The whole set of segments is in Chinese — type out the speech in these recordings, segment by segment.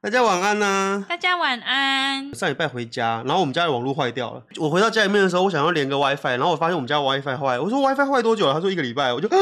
大家晚安呐、大家晚安。上礼拜回家，然后我们家的网络坏掉了。我回到家里面的时候，我想要连个 WiFi，然后我发现我们家 WiFi 坏了。我说 WiFi 坏多久了？他说一个礼拜。我就啊，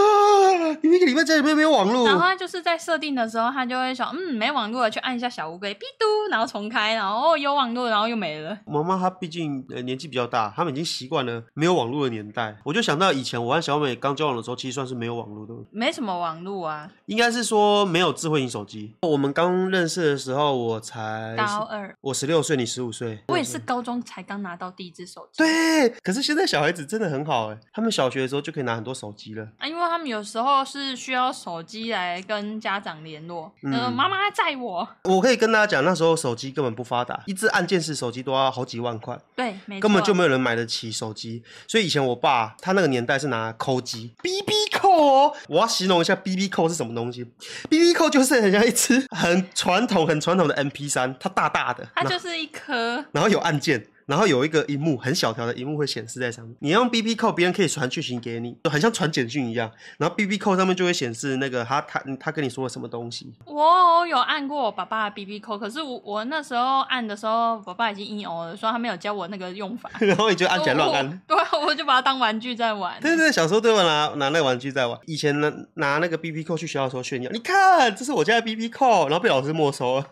你们一个礼拜家里面没有网络然后他就是在设定的时候，他就会想，嗯，没网络了，去按一下小乌龟，哔嘟，然后重开，然后哦有网络，然后又没了。我妈妈她毕竟呃年纪比较大，他们已经习惯了没有网络的年代。我就想到以前我和小美刚交往的时候，其实算是没有网络的，没什么网络啊，应该是说没有智慧型手机。我们刚认识的时候，我才高二，我十六岁，你十五岁，我也是高中才刚拿到第一只手机。对，可是现在小孩子真的很好哎，他们小学的时候就可以拿很多手机了。啊，因为他们有时候是需要手机来跟家长联络，嗯呃，妈妈载我，我可以跟大家讲，那时候手机根本不发达，一只按键式手机都要好几万块，对，没错，根本就没有人买得起手机。所以以前我爸他那个年代是拿抠机，B B 扣哦。我要形容一下 B B 扣是什么东西，B B 扣就是很像一只很传统、很传统的 M P 三，它大大的，它然后就是一颗，然后有按键。然后有一个荧幕很小条的荧幕会显示在上面，你用 B B 扣，别人可以传讯息给你，就很像传简讯一样。然后 B B 扣上面就会显示那个他他他跟你说了什么东西。 我有按过我爸爸的 BB 扣，可是我我那时候按的时候，我爸已经 in 哦了，说他没有教我那个用法，然后你就按起来乱按。我，我对啊， 我就把它当玩具在玩。对对对，小时候都有拿拿那个玩具在玩。以前拿拿那个 B B 扣去学校的时候炫耀，你看，这是我家的 B B 扣，然后被老师没收了，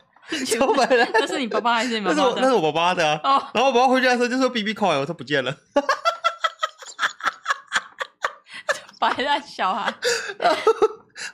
收回来。这是你爸爸还是你妈那是妈我那的？是我爸爸的、啊。哦， 然后我爸爸回家的时候就说 B B 扣，啊我说不见了。白烂小孩，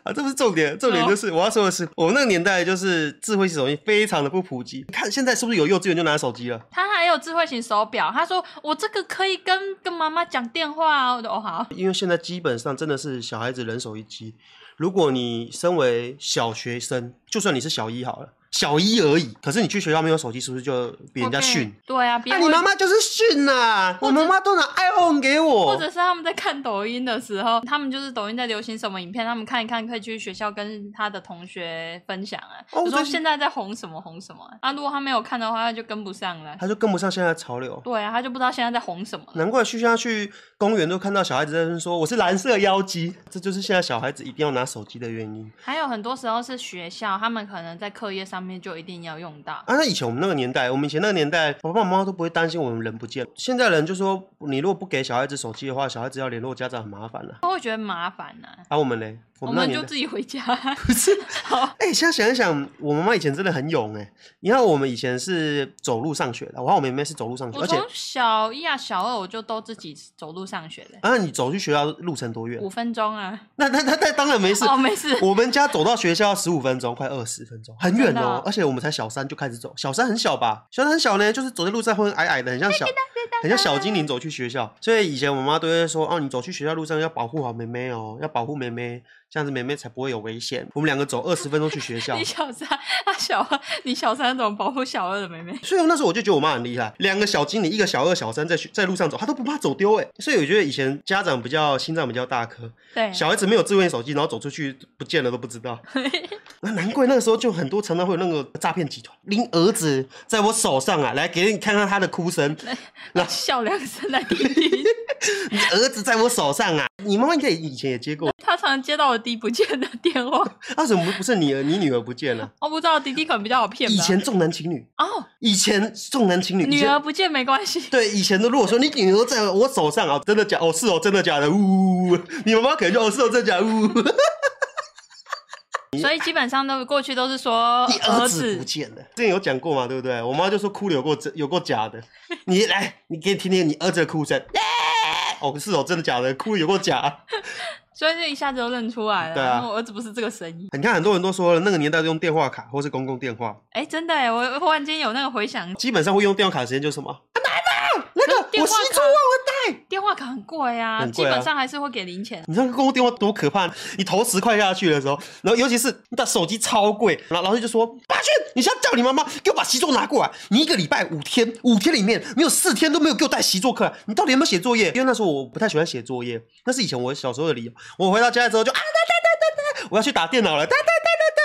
啊，这不是重点，重点就是我要说的是，我们那个年代就是智慧型手机非常的不普及。你看现在是不是有幼稚园就拿手机了？他还有智慧型手表。他说我这个可以跟跟妈妈讲电话啊。我就哦好，因为现在基本上真的是小孩子人手一机。如果你身为小学生，就算你是小一好了，小一而已，可是你去学校没有手机，是不是就被人家训？我被。对啊，别那、人你会妈妈就是训呐、或我者妈妈都拿 iPhone 给我或，者是他们在看抖音的时候，他们就是抖音在流行什么影片，他们看一看，可以去学校跟他的同学分享啊。哦就对说现在在红什么红什么啊，啊如果他没有看的话，他就跟不上了。她就跟不上现在的潮流。对啊，他就不知道现在在红什么了。难怪去现在去公园都看到小孩子在那边说我是蓝色妖姬，这就是现在小孩子一定要拿手机的原因还有很多时候是学校，他们可能在课业上面就一定要用到。啊！那以前我们那个年代，我们以前那个年代，爸爸妈妈都不会担心我们人不见了。现在人就说，你如果不给小孩子手机的话，小孩子要联络家长很麻烦了、啊。啊都会觉得麻烦呐、我们嘞，我我们那们年就代自己回 家。不是， 哎、现在想一想，我妈妈以前真的很勇哎、你看我们以前是走路上学的，我和我妹妹是走路上学，我而且从小一啊小二我就都自己走路上学的，啊，你走去学校路程多远五？分 钟啊。那那那那当然没事。哦，没事。 我们家走到学校十五分钟，快二十分钟，很远真的哦哦。而且我们才小三就开始走，小三很小吧？小三很小呢，就是走在路上会矮矮的，很像小，很像小精灵走去学校。所以以前我妈都会说，哦，你走去学校路上要保护好妹妹哦，要保护妹妹，这样子妹妹才不会有危险。我们两个走二十分钟去学校 你。小三，啊小二，你小三怎么保护小二的妹妹？所以那时候我就觉得我妈很厉害，两个小精灵，一个小二、小三在学在路上走，她都不怕走丢哎。所以我觉得以前家长比较心脏比较大颗，对，小孩子没有智慧型手机，然后走出去不见了都不知 道。那难怪那个时候就很多常常会有那个诈骗集团拎儿子在我手上啊，来给你看看他的哭声。笑两声啊来听听。你儿子在我手上啊，你妈妈应该以前也接过，他常常接到我弟不见的电话，啊，怎么不是你儿你女儿不见了？我不知道弟弟可能比较好 骗吧。以前重男轻女，哦，以前重男轻女，以女前儿不见没关系，对，以前的如果说你女儿在我手上啊，真的假？哦，是哦，真的假的？呜呜，呜你妈妈可能就哦，是哦，真的假的？呜，所以基本上都过去都 是说你儿子不见了，之前有讲过嘛，对不对？我妈就说哭的有够真，有够假的。 你来，你给你听听你儿子的哭声。 哦，是哦，真的假的？哭得有够假。所以就一下子就认出来了。对啊然后我儿子不是这个声音。你看，很多人都说了，那个年代都用电话卡或是公共电话，哎，真的哎，我忽然间有那个回想，基本上会用电话卡的时间就是什么？啊奶奶，那个电我话西卡装忘了带。电话卡很贵啊，很基贵啊本上还是会给零钱。你知道公共电话多可怕？你投十块下去的时候，然后尤其是那手机超贵，然后老师就说：“八俊，你现在叫你妈妈给我把习作拿过来。你一个礼拜五天，五天里面你有四天都没有给我带习作课，你到底有没有写作业？”因为那时候我不太喜欢写作业，那是以前我小时候的理由。我回到家之后就啊哒哒哒哒哒，我要去打电脑了，哒哒哒哒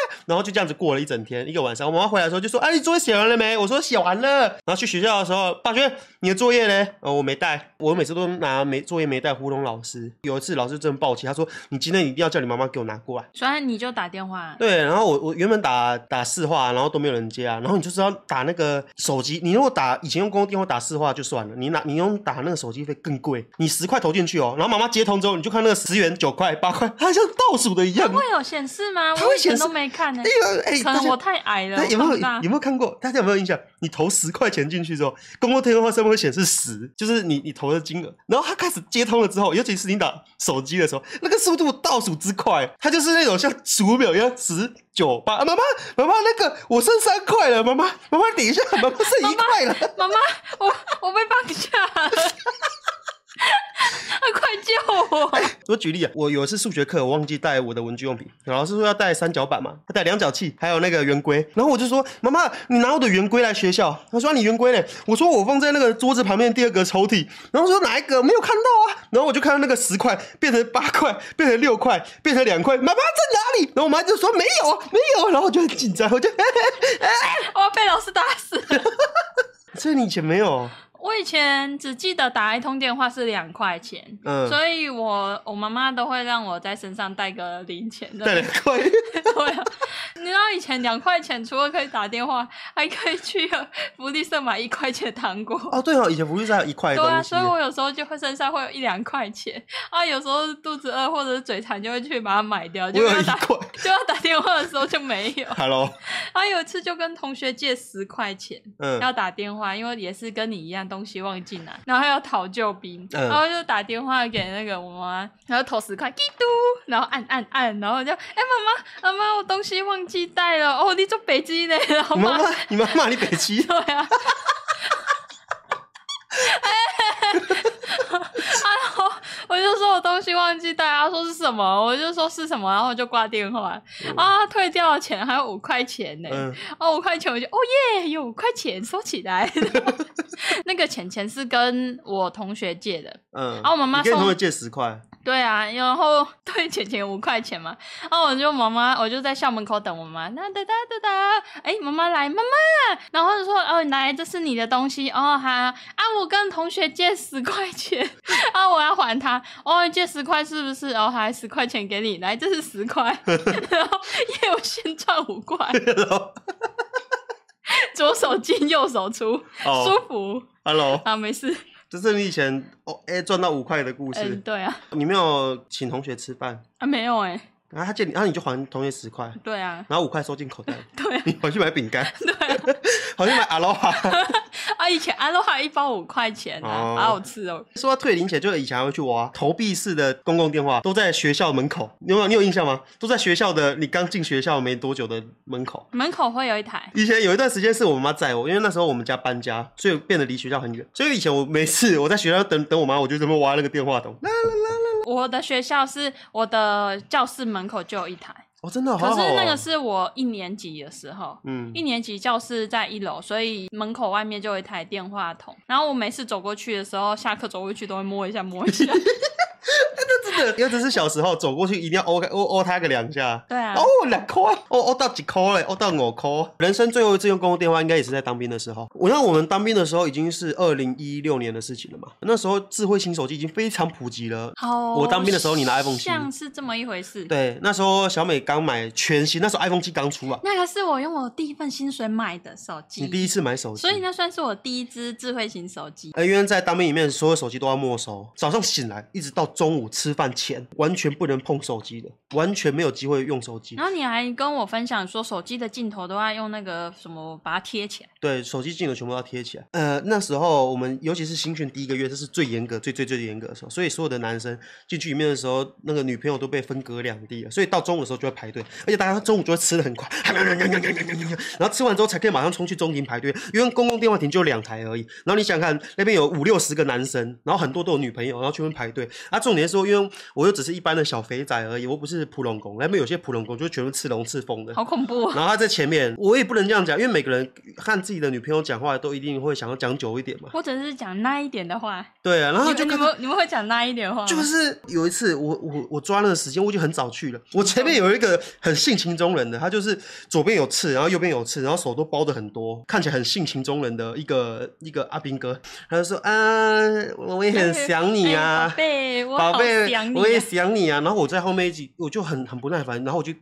哒。然后就这样子过了一整天，一个晚上。我妈妈回来的时候就说：“哎、你作业写完了没？”我说：“写完了。”然后去学校的时候，霸轩，你的作业嘞？哦，我没带，我每次都拿没作业没带糊弄老师。有一次老师真的暴气，他说：“你今天一定要叫你妈妈给我拿过来。”所以你就打电话， 对，然后我我原本打打市话，然后都没有人接啊，然后你就知道打那个手机，你如果打以前用公共电话打市话就算了，你拿你用打那个手机费更贵，你十块投进去哦，然后妈妈接通之后，你就看那个十元、九块、八块，它像倒数的一样。会有显示吗？它我会以前显示都没看呢、那个哎，可大能家我太矮了，大家有没有我长不大有没有看过？大家有没有印象？你投十块钱进去之后，公共电话上面会显示十，就是你你投的金额。然后它开始接通了之后，尤其是你打手机的时候，那个速度倒数之快，它就是那种像数秒一样，十九八。啊妈妈，妈妈，那个我剩三块了，妈妈，妈妈，等一下，妈妈剩一块了。妈妈，我我被绑架了， 快救我！我举例啊，我有一次数学课，我忘记带我的文具用品，老师说要带三角板嘛，他带量角器，还有那个圆规，然后我就说妈妈，你拿我的圆规来学校，他说、啊你圆规嘞，我说我放在那个桌子旁边第二个抽屉，然后说哪一个没有看到啊，然后我就看到那个十块变成八块，变成六块，变成两块，妈妈在哪里？然后我妈就说没有啊，没有啊，然后我就很紧张，我就， 我要被老师打死了。所以你以前没有，我以前只记得打一通电话是两块钱，嗯所以我我妈妈都会让我在身上带个零钱的。带两块， 对啊，你知道以前两块钱除了可以打电话，还可以去福利社买一块钱糖果。哦对哦，以前福利社还有一块的对啊，东西所以，我有时候就会身上会有一两块钱啊，有时候肚子饿或者是嘴馋就会去把它买掉，我就有要一打块就要打电话的时候就没有。 ，Hello，啊，有一次就跟同学借十块钱，嗯，要打电话，因为也是跟你一样东西忘记拿，然后要讨救兵，嗯然后就打电话给那个我妈妈，然后投十块，滴嘟，然后按按按，然后我就哎、妈妈妈妈我东西忘记带了，哦你做北极 嘞，然后你妈妈妈，你妈妈你北 七。对啊。啊，哎然后我就说我东西忘记带，他说是什么，我就说是什么，然后我就挂电话。啊，退掉了钱还有五块钱呢、嗯，哦，五块钱，我就哦耶，有五块钱，收起来。 那个钱钱是跟我同学借的，嗯，啊我妈妈你跟你送同学借十 块，对啊，然后对钱钱五块钱嘛，然后我就妈妈，我就在校门口等我妈，那哒哒哒哒，哎，妈妈来，妈妈，然后就说哦，来，这是你的东西，哦好啊，我跟同学借十块钱，啊，我要还他，哦，借十块是不是？哦，还十块钱给你，来，这是十块， 然后耶，我先赚五块，然后左手进右手出，舒哦服，Hello，啊，没事，这是你以前哦哎赚到五块的故嗯，事，对啊，你没有请同学吃饭，啊，没有哎、然后他借你，然后你就还同学十块，对啊，然后五块收进口袋，对啊。你回去买饼干，对啊跑去买阿罗哈。啊，以前安都还一包五块钱啊，哦好好吃哦。说到退零钱，就以前还会去挖投币式的公共电话，都在学校门口，你有没有你有印象吗？都在学校的你刚进学校没多久的门口。门口会有一台，以前有一段时间是我妈载我，因为那时候我们家搬家，所以变得离学校很远。所以以前我每次我在学校等等我妈，我就这么挖那个电话筒。那我的学校是我的教室门口就有一台，哦，真的好可好、哦。是那个是我一年级的时候。嗯一年级教室在一楼，所以门口外面就有一台电话筒。然后我每次走过去的时候，下课走过去都会摸一下摸一 下。真的，尤其是小时候走过去，一定要殴殴殴他个两下。对啊，哦，两块，哦哦到几块嘞，哦到五块。人生最后一次用公共电话，应该也是在当兵的时候。我让我们当兵的时候已经是二零一六年的事情了嘛，那时候智慧型手机已经非常普及了。哦，我当兵的时候你拿 iPhone 七像是这么一回事。，对，那时候小美刚买全新，那时候 iPhone 七刚出来，啊那个是我用我第一份薪水买的手机，你第一次买手机，所以那算是我第一只智慧型手机。呃，因为在当兵里面，所有手机都要没收。早上醒来，一直到中午吃饭前，完全不能碰手机的，完全没有机会用手机。然后你还跟我分享说，手机的镜头都要用那个什么把它贴起来。对，手机镜头全部都要贴起来。呃，那时候我们尤其是新训第一个月，这是最严格、最最最严格的时候，所以所有的男生进去里面的时候，那个女朋友都被分隔两地了。所以到中午的时候就会排队，而且大家中午就会吃的很快， 然后吃完之后才可以马上冲去中庭排队，因为公共电话亭就有两台而已。然后你想想看，那边有五六十个男生，然后很多都有女朋友，然后去那边排队。啊，重点是说，因为我又只是一般的小肥仔而已，我不是普龙宫。那边有些普龙宫就是全部刺龙刺凤的，好恐怖哦、 然后他在前面，我也不能这样讲，因为每个人和自己的女朋友讲话都一定会想要讲久一点嘛。我只是讲那一点的话，对啊，然后你就们你看们你嗯们会讲那一点的话吗，就是有一次我，我我抓那个时间，我就很早去了。我前面有一个很性情中人的，他就是左边有刺，然后右边有刺，然后手都包的很多，看起来很性情中人的一个 一个阿兵哥。他就说啊，我也很想你哎啊宝，贝，我宝好贝、想你啊、我也想你啊。然后我在后面一集，我就很很不耐烦，然后我就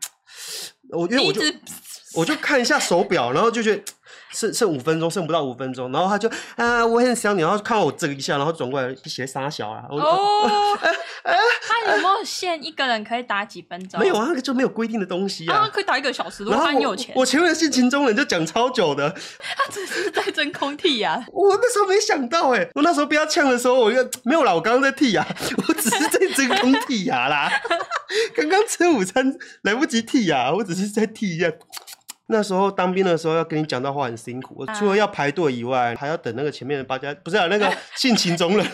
我因为你我一就直我就看一下手表，然后就觉得剩剩五分钟，剩不到五分钟，然后他就啊，我很想你，然后看到我这个一下，然后转过来写傻小啊， 我、 哦，他有没有限一个人可以打几分钟？没有啊，那个就没有规定的东西啊，啊。可以打一个小时，如然果后他很我有钱，我前面的性情中人就讲超久的，他只是 在真空替呀、我那时候没想到哎、我那时候被他呛的时候，我就没有啦，我刚刚在剔牙， 我只是在真空剔牙啦， 刚刚吃午餐来不及剔牙，我只是在剔一下。那时候当兵的时候要跟你讲到话很辛苦，我啊除了要排队以外，还要等那个前面的八家，不是、啊、 那个性情中人。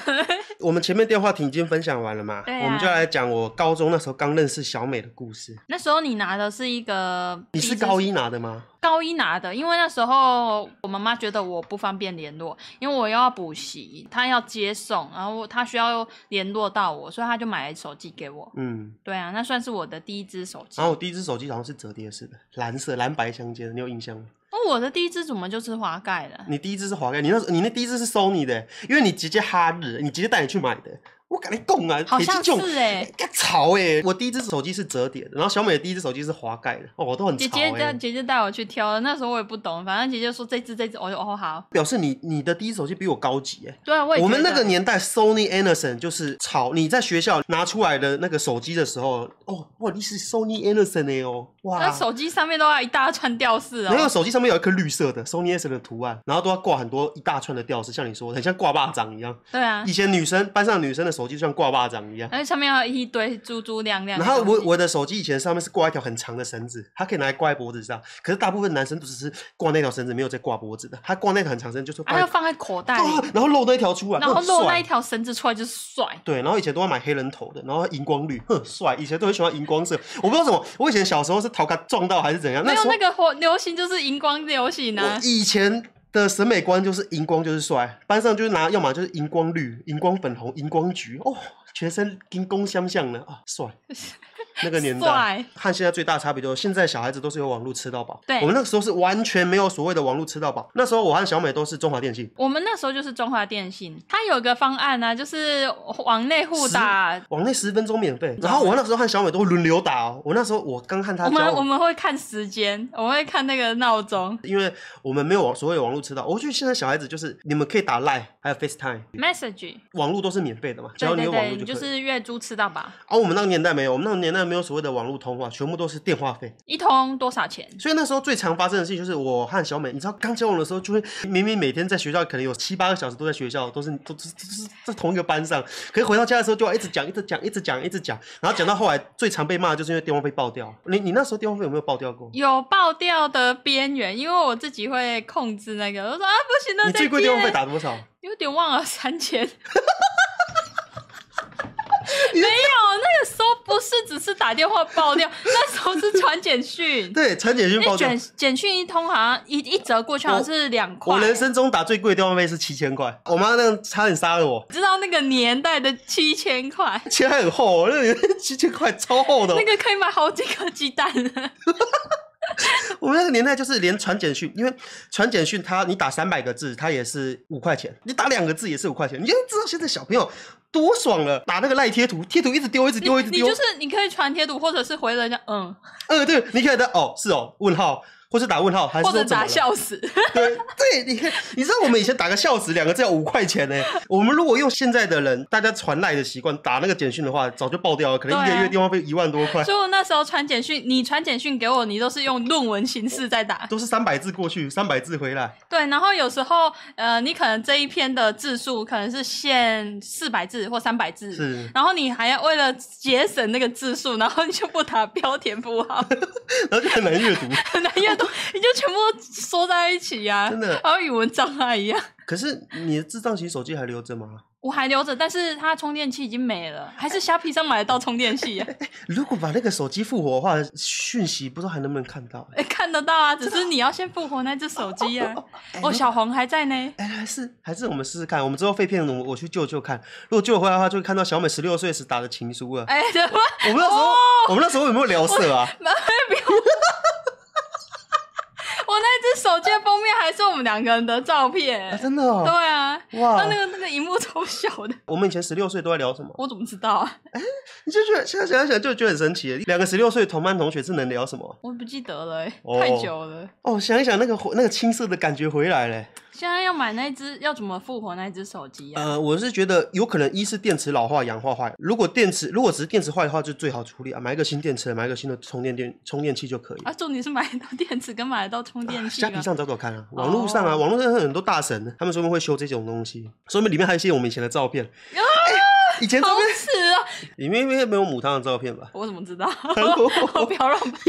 我们前面电话亭已经分享完了嘛，对啊我们就来讲我高中那时候刚认识小美的故事。那时候你拿的是一个，你是高一拿的吗？高一拿的，因为那时候我妈妈觉得我不方便联络，因为我又要补习，她要接送，然后她需要联络到我，所以她就买了手机给我。哦嗯，对啊，那算是我的第一只手机。然后我第一只手机好像是折叠式的，蓝色蓝白相间的，你有印象吗？哦，我的第一只怎么就是滑盖了？你第一只是华盖，你那时候你那第一只是 Sony 的，因为你直接哈日，你直接带你去买的。我跟你讲啊，好像铁鸡是哎、种，潮哎！我第一只手机是折叠的，然后小美的第一只手机是滑盖的，哦，我都很姐潮姐带哎。姐姐带我去挑，那时候我也不懂，反正姐姐说这只这只，我就哦好，表示你你的第一手机比我高级哎。对啊，我也我们觉那得个年代，Sony Anderson 就是潮。你在学校拿出来的那个手机的时候，哦，哇，你是 Sony Anderson 哎哦，哇那，手机上面都要一大串吊饰然后哦，手机上面有一颗绿色的 Sony Anderson 的图案，然后都要挂很多一大串的吊饰，像你说的，很像挂巴掌一样。对啊 以，前女生班上女生的手机就像挂巴掌一样。而且上面还有一堆珠珠亮亮的然东西。后我我的手机以前上面是挂一条很长的绳子，它可以拿来挂在脖子上。可是大部分男生都只是挂那条绳子，没有在挂脖子的。他挂那条很长绳，就是啊挂一、要放在口袋啊里，然后露那一条出来，然后嗯露那帅一条绳子出来就是帅。对，然后以前都要买黑人头的，然后荧光绿，哼，帅。以前都很喜欢荧光色，我不知道什么。我以前小时候是头卡撞到还是怎样，没时有候那个火流行就是荧光流行我啊，以前的审美观就是荧光就是帅，班上就是拿要么就是荧光绿、荧光粉红、荧光橘，哦，全身金光相向的啊， 帅。那个年代帅和现在最大差别就是，现在小孩子都是有网络吃到饱，对我们那个时候是完全没有所谓的网络吃到饱。那时候我和小美都是中华电信，我们那时候就是中华电信，它有一个方案啊，就是往内互打。网内十分钟免费，然后我那时候和小美都会轮流打哦。我那时候我刚和她我交们往我们会看时间，我们会看那个闹钟因为我们没有网所谓的网络吃到，我觉得现在小孩子就是你们可以打 Line 还有 FaceTime， message。网络都是免费的嘛，只要你对对有网络就对，可以。就是月租吃到饱，而、啊我们那个年代没有，我们那个年代没有所谓的网络通话，全部都是电话费。一通多少钱？所以那时候最常发生的事情就是我和小美，你知道刚交往的时候，就会明明每天在学校可能有七八个小时都在学校，都是都是都是在同一个班上，可是回到家的时候就要一直讲，一直讲，一直讲，一直讲，然后讲到后来最常被骂的就是因为电话费爆掉。你你那时候电话费有没有爆掉过？有爆掉的边缘，因为我自己会控制那个。我说啊，不行，那你再最贵电话费见。打多少？有点忘了三千。没有，那个时候不是只是打电话爆料，那时候是传简讯。对，陈姐就因爆为掉简。简讯一通好像一一折过去好像是两块。我人生中打最贵的电话费是七千块，我妈那样差点杀了我，你知道那个年代的七千块，钱还很厚、哦，那七千块超厚的哦、那个可以买好几个鸡蛋了。我们那个年代就是连传简讯，因为传简讯它你打三百个字，它也是五块钱；你打两个字也是五块钱。你就知道现在小朋友多爽了，打那个赖贴图，贴图一直丢，一直你丢，一直你丢。就是你可以传贴图，或者是回人家嗯，呃，对，你可以打哦，是哦，问号，或是打问号，还是或说者怎么了打笑死。对对，你看，你知道我们以前打个笑死两个字要五块钱 呢、我们如果用现在的人大家传赖的习惯打那个简讯的话，早就爆掉了，可能一对个啊月电话费一万多块，所以我那时候传简讯，你传简讯给我，你都是用论文形式在打。都是三百字过去，三百字回来。对，然后有时候呃，你可能这一篇的字数可能是限四百字或三百字，是然后你还要为了节省那个字数，然后你就不打标点符号， 然后就很难阅读。很难阅读，你就全部都缩在一起呀、真的好像语文障碍一样。可是你的智障型手机还留着吗？我还留着，但是它充电器已经没了，还是虾皮上买得到充电器、啊？如果把那个手机复活的话，讯息不知道还能不能看到、欸。 哎、看得到啊，只是你要先复活那只手 机啊。哦，小红还在呢。哎、还是还是我们试试看，我们之后废片我我去救救看，如果救回来的话，就会看到小美十六岁时打的情书了。哎、 哦怎么？我们那时候、我们那时候有没有聊色啊？我那只手机的封面还是我们两个人的照片、啊真的哦、对啊，哇那那个那个荧幕超小的， 我们以前十六岁都在聊什么？我怎么知道啊？你就觉得现在想想就觉得很神奇，两个十六岁同班同学是能聊什么？我不记得了、欸哦太久了。哦，想一想那个回那个青涩的感觉回来欸嘞。现在要买那只，要怎么复活那只手机啊？呃，我是觉得有可能一是电池老化、氧化坏，如果电池如果只是电池坏的话，就最好处理啊，买一个新电池，买一个新的充电电充电器就可以。啊，重点是买得到电池跟买得到充电器虾吗皮上找找看啊，网络哦上啊，网络上很多大神，他们说不定会修这种东西，说明里面还有一些我们以前的照片。哎以前照啊好片耻啊！里面应该没有母汤的照片吧？我怎么知道？哦 我不要乱拍。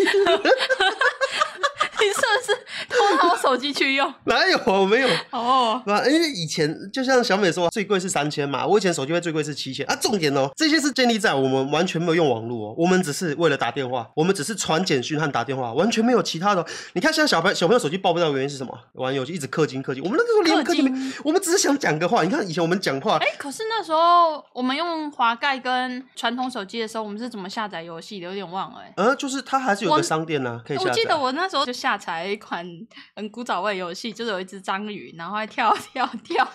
你是不是偷拿我手机去 用？哪有啊？我没有。哦， 那啊因为以前就像小美说，最贵是三千嘛，我以前手机费最贵是七千啊。重点哦，这些是建立在我们完全没有用网络哦，我们只是为了打电话，我们只是传简讯和打电话，完全没有其他的哦。你看现在小朋友小朋友手机抱不到的原因是什么？玩游戏一直氪金氪金，我们那个时候连氪金氪没，我们只是想讲个话。你看以前我们讲话哎、可是那时候我们用滑盖跟传统手机的时候，我们是怎么下载游戏的？有点忘了、哎。呃，就是它还是有我个商店呐、啊，可以下载。我记得我那时候就下载一款很古早味的游戏，就是有一只章鱼，然后 还跳跳跳，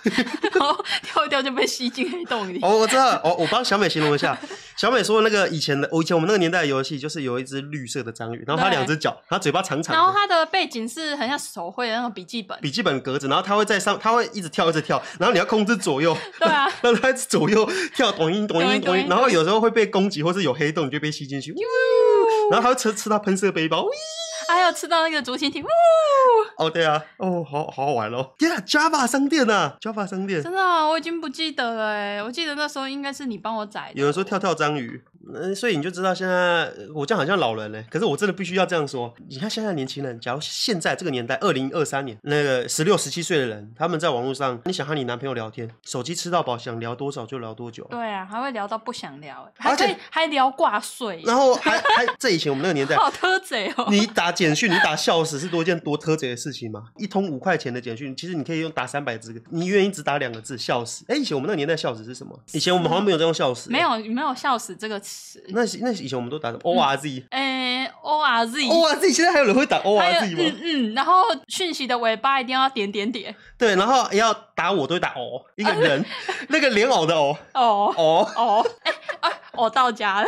然后跳一跳就被吸进黑洞里。哦，我知道，哦，我帮小美形容一下，小美说那个以前的，哦我以前我们那个年代的游戏，就是有一只绿色的章鱼，然后它对两只脚，它嘴巴长长然后的。它的背景是很像手绘的那种笔记本，笔记本格子，然后它会在上，它会一直跳，一直跳，然后你要控制左右， 对啊，让它一直左右跳，咚音咚咚音音咚音，咚然后有时候会被攻击，或是有黑洞，你就被吸进去，然后它会吃吃它喷射背包，还有吃到那个竹蜻蜓，呜，哦对啊，哦好好好玩哦，天啊，Java 商店呐，Java 商店，真的啊、我已经不记得了哎，我记得那时候应该是你帮我载的。有人说跳跳章鱼，嗯，所以你就知道现在呃我这样好像老人嘞、可是我真的必须要这样说。你看现在年轻人，假如现在这个年代，二零二三年，那个十六、十七岁的人，他们在网络上，你想和你男朋友聊天，手机吃到饱，想聊多少就聊多久。对啊，还会聊到不想聊而哎，还且可以还聊挂睡，然后还还在以前我们那个年代，好偷贼哦。你打简讯，你打笑死是多件多特贼的事情吗？一通五块钱的简讯，其实你可以用打三百字，你愿意只打两个字笑死。哎，以前我们那个年代笑死是什么？以前我们好像没有在用笑死、没。有嗯没有笑死这个词，那那以前我们都打什么 O R Z？哎，O R Z。 O R Z 现在还有人会打 O 还 R 有 Z 吗嗯？嗯，然后讯息的尾巴一定要点点点对，然后要打我都会打哦，一哎个人那个莲藕的藕哦哦，哦， 哎哎，我、到家了，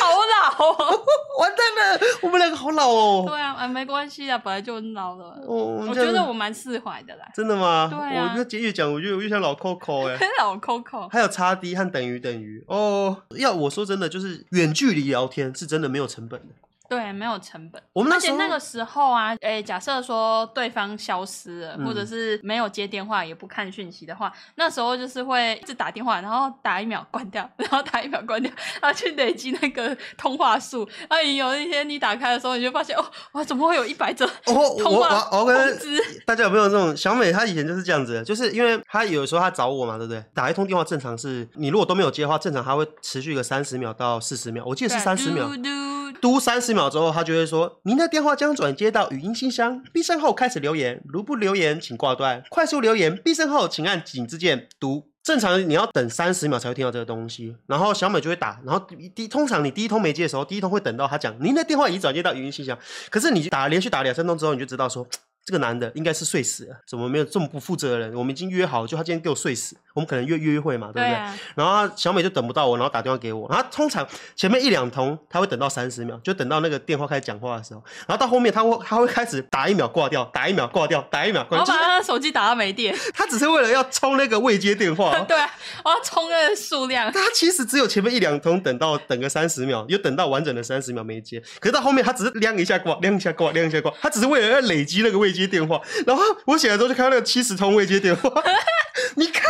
好老哦。完蛋了，我们两个好老哦。对啊，啊没关系啊，本来就老了。哦，我我这觉样得我蛮释怀的啦， 真的吗？对啊我就越讲，我越我越像老 Coco 哎、老 Coco。还有叉 D 和等于等于哦。要我说真的，就是远距离聊天是真的没有成本的。对，没有成本。我们那而时且候哦那个时候啊，诶、假设说对方消失了，嗯或者是没有接电话，也不看讯息的话，那时候就是会一直打电话，然后打一秒关掉， 然后打一秒关掉，然后去累积那个通话数。然后你有一天你打开的时候，你就发现哦，哇，怎么会有一百则哦，我通我话我我通跟知？大家有没有这种小美？她以前就是这样子的，就是因为她有时候她找我嘛，对不对？打一通电话正常是，你如果都没有接的话，正常她会持续个三十秒到四十秒，我记得是三十秒啊嘟。嘟嘟三十秒之后，她就会说：“您的电话将转接到语音信箱，闭声后开始留言，如不留言请挂断。快速留言，闭声后请按井字键读。”正常你要等三十秒才会听到这个东西，然后小美就会打，然后第第通常你第一通没接的时候，第一通会等到她讲您的电话已转接到语音信箱，可是你打连续打两三通之后，你就知道说。这个男的应该是睡死了，怎么没有这么不负责的人？我们已经约好，就他今天给我睡死，我们可能约约会嘛，对不对？对啊然后小美就等不到我，然后打电话给我。然后通常前面一两通，他会等到三十秒，就等到那个电话开始讲话的时候。然后到后面他会他会开始打一秒挂掉，打一秒挂掉，打一秒挂我掉，就要把是他的手机打到没电，他只是为了要冲那个未接电 话哦。对啊，我要冲那个数量。他其实只有前面一两通等到等个三十秒，有等到完整的三十秒没接，可是到后面他只是亮一下挂，亮一下挂，亮一下挂，他只是为了要累积那个未接电话。然后我写了之后就看到那个七十通未接电话，你看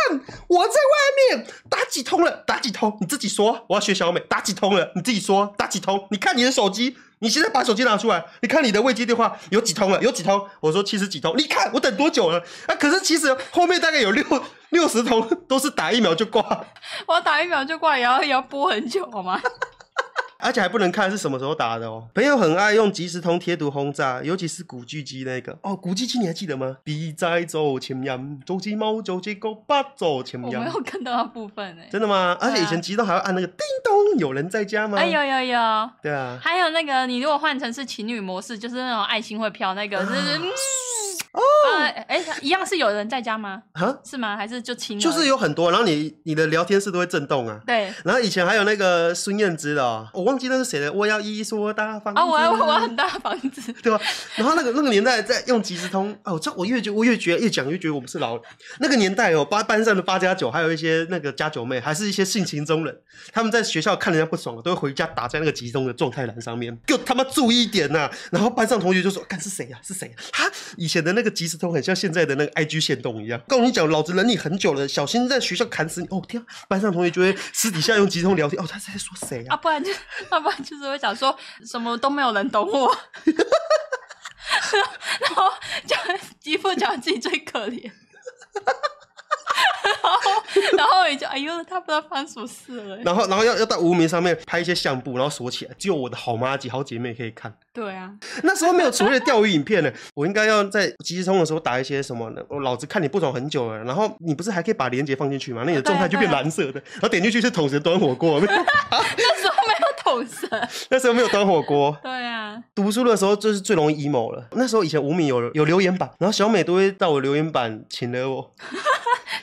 我在外面打几通了，打几通，你自己说。我要学小美，打几通了，你自己说，打几通。你看你的手机，你现在把手机拿出来，你看你的未接电话有几通了，有几通。我说七十几通，你看我等多久了？啊，可是其实后面大概有六六十通都是打一秒就挂，我打疫苗就挂，也要也要播很久好吗？而且还不能看是什么时候打的哦。朋友很爱用即时通贴图轰炸，尤其是古巨基那个哦，古巨基你还记得吗？比在走前人，走起猫走起狗八走前我人没。有看到那部分哎、真的吗？而且以前激动还要按那个叮咚，有人在家吗？哎有有有，对啊，还有那个你如果换成是情侣模式，就是那种爱心会飘那个，就是嗯啊哦呃哎、一样是有人在家吗？啊，是吗？还是就亲？就是有有很多，然后你你的聊天室都会震动啊。对然后以前还有那个孙燕姿的哦、我忘记那是谁的，我要一所大房子。啊，我要我要很大房 子，对吧？然后那个那个年代在用即时通哦，这我越觉我越觉得越讲越觉得我们是老那个年代哦，八班上的八加九，还有一些那个加九妹，还是一些性情中人，他们在学校看人家不爽，都会回家打在那个集中的状态栏上面，给我他妈注意一点呐、然后班上同学就说：“看是谁呀、啊是谁呀、哈，以前的那个即时通很像现在的那个 IG 线动一样，告诉你讲，老子忍你很久了，小心在学校砍死你！哦天、啊，班上同学就会私底下用即时通聊天，哦，他是在说谁呀、啊，不然就要不然就是会想说什么都没有人懂 我，然后 就一副讲自己最可怜。 然后，然后你就哎呦，他不知道发生什么事了。 然后，然后要要到无名上面拍一些相簿，然后锁起来，只有我的好妈姐、好姐妹可以看。对啊，那时候没有所谓的钓鱼影片呢，我应该要在即时通的时候打一些什么呢？我老子看你不爽很久了，然后你不是还可以把链接放进去吗？那你的啊状态就变蓝色的，然后点进去是桶神端火锅，没有那时候没有统神。 那时候没有端火锅。对啊，读书的时候就是最容易 emo 了。那时候以前无名有有留言板，然后小美都会到我留言板请了我。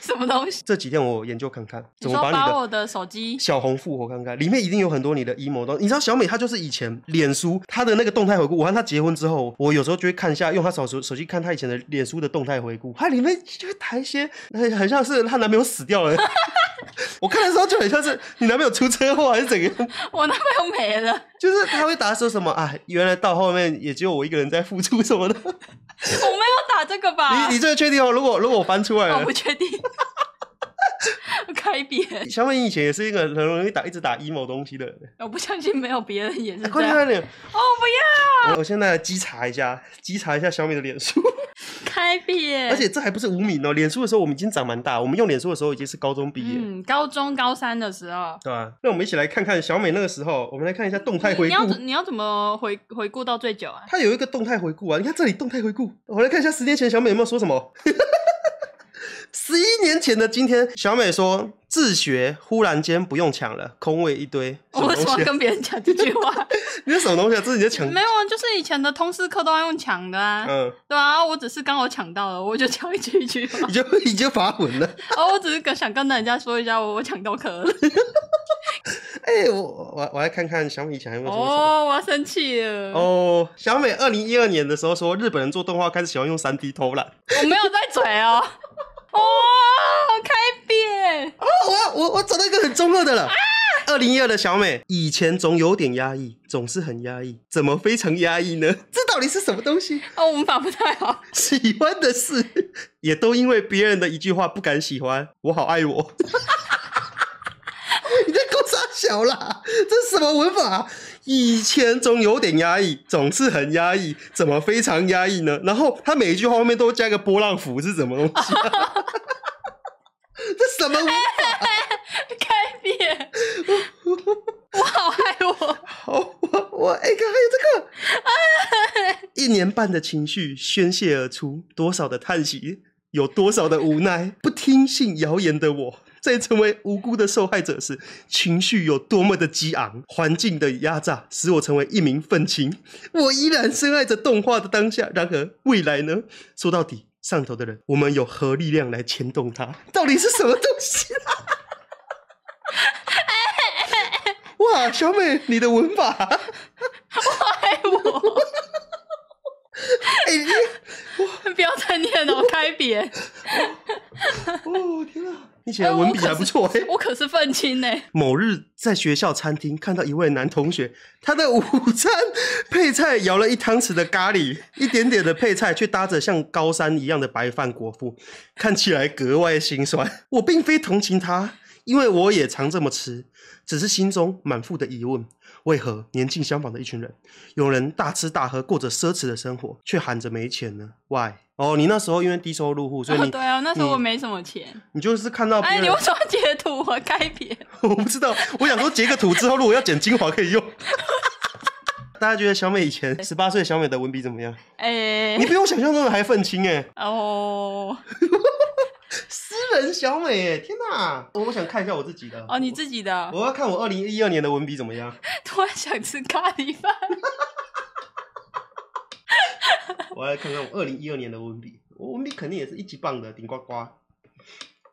什么东西？这几天我研究看看你怎说么把你把的我的手机小红复活看看，里面一定有很多你的 emo 东西。你知道小美她就是以前脸书她的那个动态回顾，我和她结婚之后，我有时候就会看一下，用她手手手机看她以前的脸书的动态回顾，它里面就会谈一些很很像是她男朋友死掉了。我看的时候就很像是你男朋友出车祸还是怎样，我男朋友没了，就是她会打说什么啊，原来到后面也只有我一个人在付出什么的。我没有打这个吧？你你这呃个确定哦？如果如果我翻出来啊 哦我 了不，确定。开扁，小美以前也是一个很容易打一直打 emo 东西的人。我不相信没有别人也是哎这快点样。快点！哦，不要我我现在来稽查一下，稽查一下小美的脸 书，开扁，而且这还不是无名哦。脸书的时候我们已经长蛮大，我们用脸书的时候已经是高中毕业，嗯，高中高三的时候，对吧、那我们一起来看看小美那个时候，我们来看一下动态你回你嗯要顾。怎你要怎么回回顾到最久啊？它有一个动态回顾啊，你看这里动态回顾，我来看一下十年前小美有没有说什么。 十一年前的今天，小美说自学忽然间不用抢了，空位一堆， 什我么为什东西、啊？么要 跟别人讲这句话？你是什么东西啊？这是你在抢？没有啊，就是以前的通识课都要用抢的啊，嗯，对啊，我只是刚好抢到了，我就讲一句一句话。 已经已经发文了。哦，我只是跟想跟人家说一下，我我抢到课了。哎、我我我来看看小美以前还有没有说什么。哦，我要生气了。哦，小美二零一二年的时候说，日本人做动画开始喜欢用三 D 偷懒。我没有在嘴 哦。哦，开扁，哦，我我我找到一个很中二的了。啊二零一二的小美，以前总有点压抑，总是很压抑，怎么非常压抑呢？这到底是什么东西？哦，文法不太好。喜欢的事，也都因为别人的一句话不敢喜欢。我好爱我。 你在勾啥小啦？这是什么文法啊、以前总有点压抑，总是很压抑，怎么非常压抑呢？然后他每一句话后面都加一个波浪符，是什么东西 啊、这什么文法？开扁，我好爱我。好，我我哎，看、还有这个，一年半的情绪宣泄而出，多少的叹息，有多少的无奈。 不听信谣言的我，在成为无辜的受害者时，情绪有多么的激昂。环境的压榨使我成为一名愤青。我依然深爱着动画的当下，然而未来呢？说到底，上头的人，我们有何力量来牵动它？到底是什么东西、 啊？哇，小美，你的文法。 爱我，哎、你不要再念了，开扁。哦天啊！你写的文笔还不错哎、我可是愤青呢、某日在学校餐厅看到一位男同学，他的午餐配菜舀了一汤匙的咖喱，一点点的配菜却搭着像高山一样的白饭果腹，看起来格外心酸。我并非同情他，因为我也常这么吃，只是心中满腹的疑问：为何年近相仿的一群人，有人大吃大喝，过着奢侈的生活，却喊着没钱呢？Why？哦，你那时候因为低收入户，所以哦，你、对啊，那时候我你没什么钱。你就是看到别哎，人你为什么截图我该别？ 我不知道，我想说截个图之后，如果要剪精华可以 用。大家觉得小美以前十八岁小美的文笔怎么样？哎、你比我想象中的还愤青哎、哦诗人小美哎、天哪！我我想看一下我自己的哦，你自己的，我要看我二零一二年的文笔怎么 样。突然想吃咖喱饭。我来看看我二零一二年的文笔，我文笔肯定也是一级棒的，顶呱呱。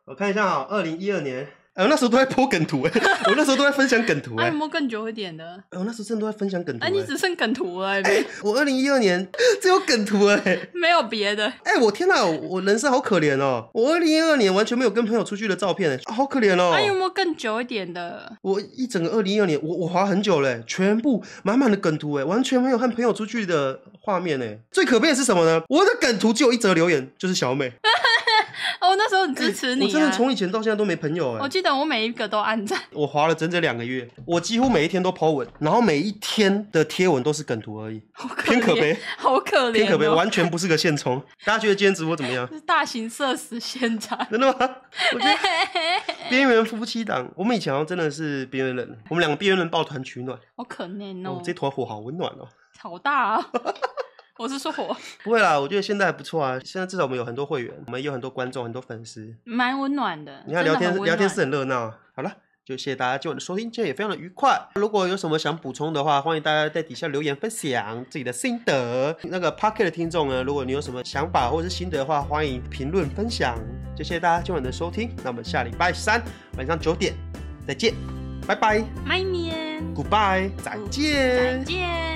我看一下啊、2二零一二年，呃，那时候都在剖梗图 哎、我那时候都在分享梗图哎、哎，有没有更久一点的？呃我那时候真的都在分享梗图、哎、哎，你只剩梗图了、我二零一二年 只有梗图哎、没有别的。哎、我天哪，我我人生好可怜哦！我二零一二年完全没有跟朋友出去的照片，哎，好可怜哦！哎，有没有更久一点的？我一整个二零一二年，我我滑很久嘞，全部满满的梗图，哎，完全没有和朋友出去的画面，哎，最可悲的是什么呢？我的梗图只有一则留言，就是小美，哦，那时候很支持你、啊哦我真的从以前到现在都没朋友，我哎，记得我每一个都按赞。我滑了整整两个月，我几乎每一天都 po 文，然后每一天的贴文都是梗图而已，好可偏可怜悲，好可怜、哦，偏可悲，完全不是个现充。大家觉得今天直播怎么样？是大型社死现场。真的吗？ 我觉得边缘夫妻档，我们以前好像真的是边缘人，我们两个边缘人抱团取暖。好可怜哦哦，，这团火好温暖哦。好大啊！ 我是说火，不会啦，我觉得现在还不错啊，现在至少我们有很多会员，我们有很多观众，很多粉丝。蛮温暖的。你看聊真的天很温聊天暖室很热闹啊。好了。就谢谢大家今晚的收听，今天也非常的愉快。如果有什么想补充的话，欢迎大家在底下留言分享自己的心得。那个 Pocket 的听众呢，如果你有什么想法或者是心得的话，欢迎评论分享。就谢谢大家今晚的收听，那我们下礼拜三晚上九点再见，拜拜。麦面， Goodbye，再见。嗯再见。